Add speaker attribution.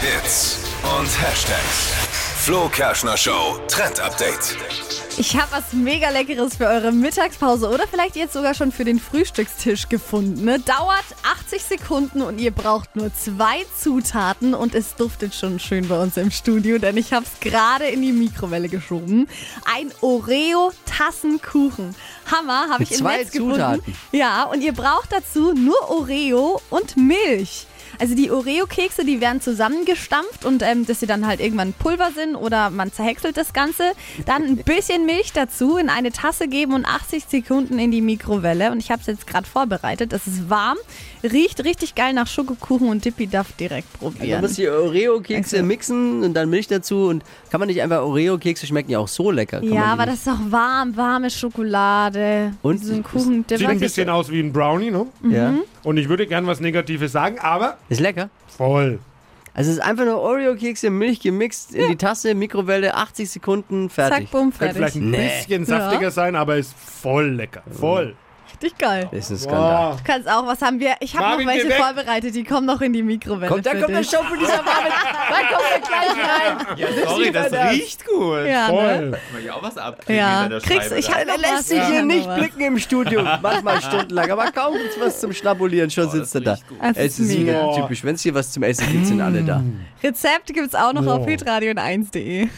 Speaker 1: Hits und Hashtags. Flo Kerschner Show Trend Update.
Speaker 2: Ich habe was mega Leckeres für eure Mittagspause oder vielleicht jetzt sogar schon für den Frühstückstisch gefunden. Ne? Dauert 80 Sekunden und ihr braucht nur zwei Zutaten und es duftet schon schön bei uns im Studio, denn ich habe es gerade in die Mikrowelle geschoben. Ein Oreo-Tassenkuchen. Hammer, habe ich
Speaker 3: Mit
Speaker 2: im
Speaker 3: zwei
Speaker 2: Netz gefunden.
Speaker 3: Zutaten.
Speaker 2: Ja, und ihr braucht dazu nur Oreo und Milch. Also die Oreo-Kekse, die werden zusammengestampft und ähm, dass sie dann halt irgendwann Pulver sind oder man zerhäckselt das Ganze. Dann ein bisschen Milch dazu in eine Tasse geben und 80 Sekunden in die Mikrowelle. Und ich habe es jetzt gerade vorbereitet. Es ist warm, riecht richtig geil nach Schokokuchen und Dippy Duff direkt
Speaker 3: Man
Speaker 2: probieren.
Speaker 3: muss die Oreo-Kekse
Speaker 2: Danke.
Speaker 3: mixen und dann Milch dazu. Und kann man nicht einfach Oreo-Kekse schmecken ja auch so lecker. Kann
Speaker 2: ja,
Speaker 3: man die
Speaker 2: aber das ist
Speaker 3: nicht-
Speaker 2: doch warm, warme Schokolade.
Speaker 3: Und?
Speaker 2: so ein Kuchen, der
Speaker 4: Sieht
Speaker 2: man
Speaker 4: ein
Speaker 2: sich-
Speaker 4: bisschen aus wie ein Brownie, ne?
Speaker 3: ja.
Speaker 2: mhm.
Speaker 4: Und ich würde gern was Negatives sagen, aber
Speaker 3: ist lecker.
Speaker 4: voll.
Speaker 3: Also es ist einfach nur Oreo-Kekse, Milch gemixt in die Tasse, Mikrowelle, 80 Sekunden, fertig.
Speaker 2: Zack, bumm,
Speaker 4: Könnte vielleicht
Speaker 2: fertig.
Speaker 4: ein
Speaker 3: Nee.
Speaker 4: bisschen saftiger
Speaker 2: Ja.
Speaker 4: sein, aber ist voll lecker. Voll.
Speaker 2: Richtig geil.
Speaker 3: Das ist ein Skandal.
Speaker 4: Boah.
Speaker 2: Du kannst auch, was haben wir? Ich habe
Speaker 4: Marvin,
Speaker 2: noch welche
Speaker 4: geh weg.
Speaker 2: vorbereitet, die kommen noch in die Mikrowelle.
Speaker 3: Kommt, da
Speaker 2: für
Speaker 3: kommt der
Speaker 2: dich.
Speaker 3: Shop von dieser Marvin. Da kommt er gleich rein.
Speaker 5: Sorry, das riecht gut.
Speaker 2: ja, ne?
Speaker 4: Voll.
Speaker 5: Kann man hier auch was abkriegen
Speaker 2: Ja,
Speaker 5: hinter der
Speaker 2: kriegst,
Speaker 5: Scheibe
Speaker 2: ich
Speaker 5: da.
Speaker 2: hab
Speaker 3: Er
Speaker 2: noch
Speaker 3: lässt
Speaker 2: was,
Speaker 3: sich
Speaker 2: ja,
Speaker 3: hier
Speaker 2: noch
Speaker 3: nicht
Speaker 2: was.
Speaker 3: blicken im Studio. Manchmal stundenlang, aber kaum gibt's was zum Schnabulieren, schon
Speaker 5: Boah, das
Speaker 3: sitzt er da.
Speaker 5: riecht gut.
Speaker 2: Das
Speaker 3: Es
Speaker 2: ist
Speaker 3: ist
Speaker 2: mega.
Speaker 3: wieder typisch. Wenn es hier was zum Essen gibt, sind alle da.
Speaker 2: Rezepte gibt's auch noch auf hitradio1.de.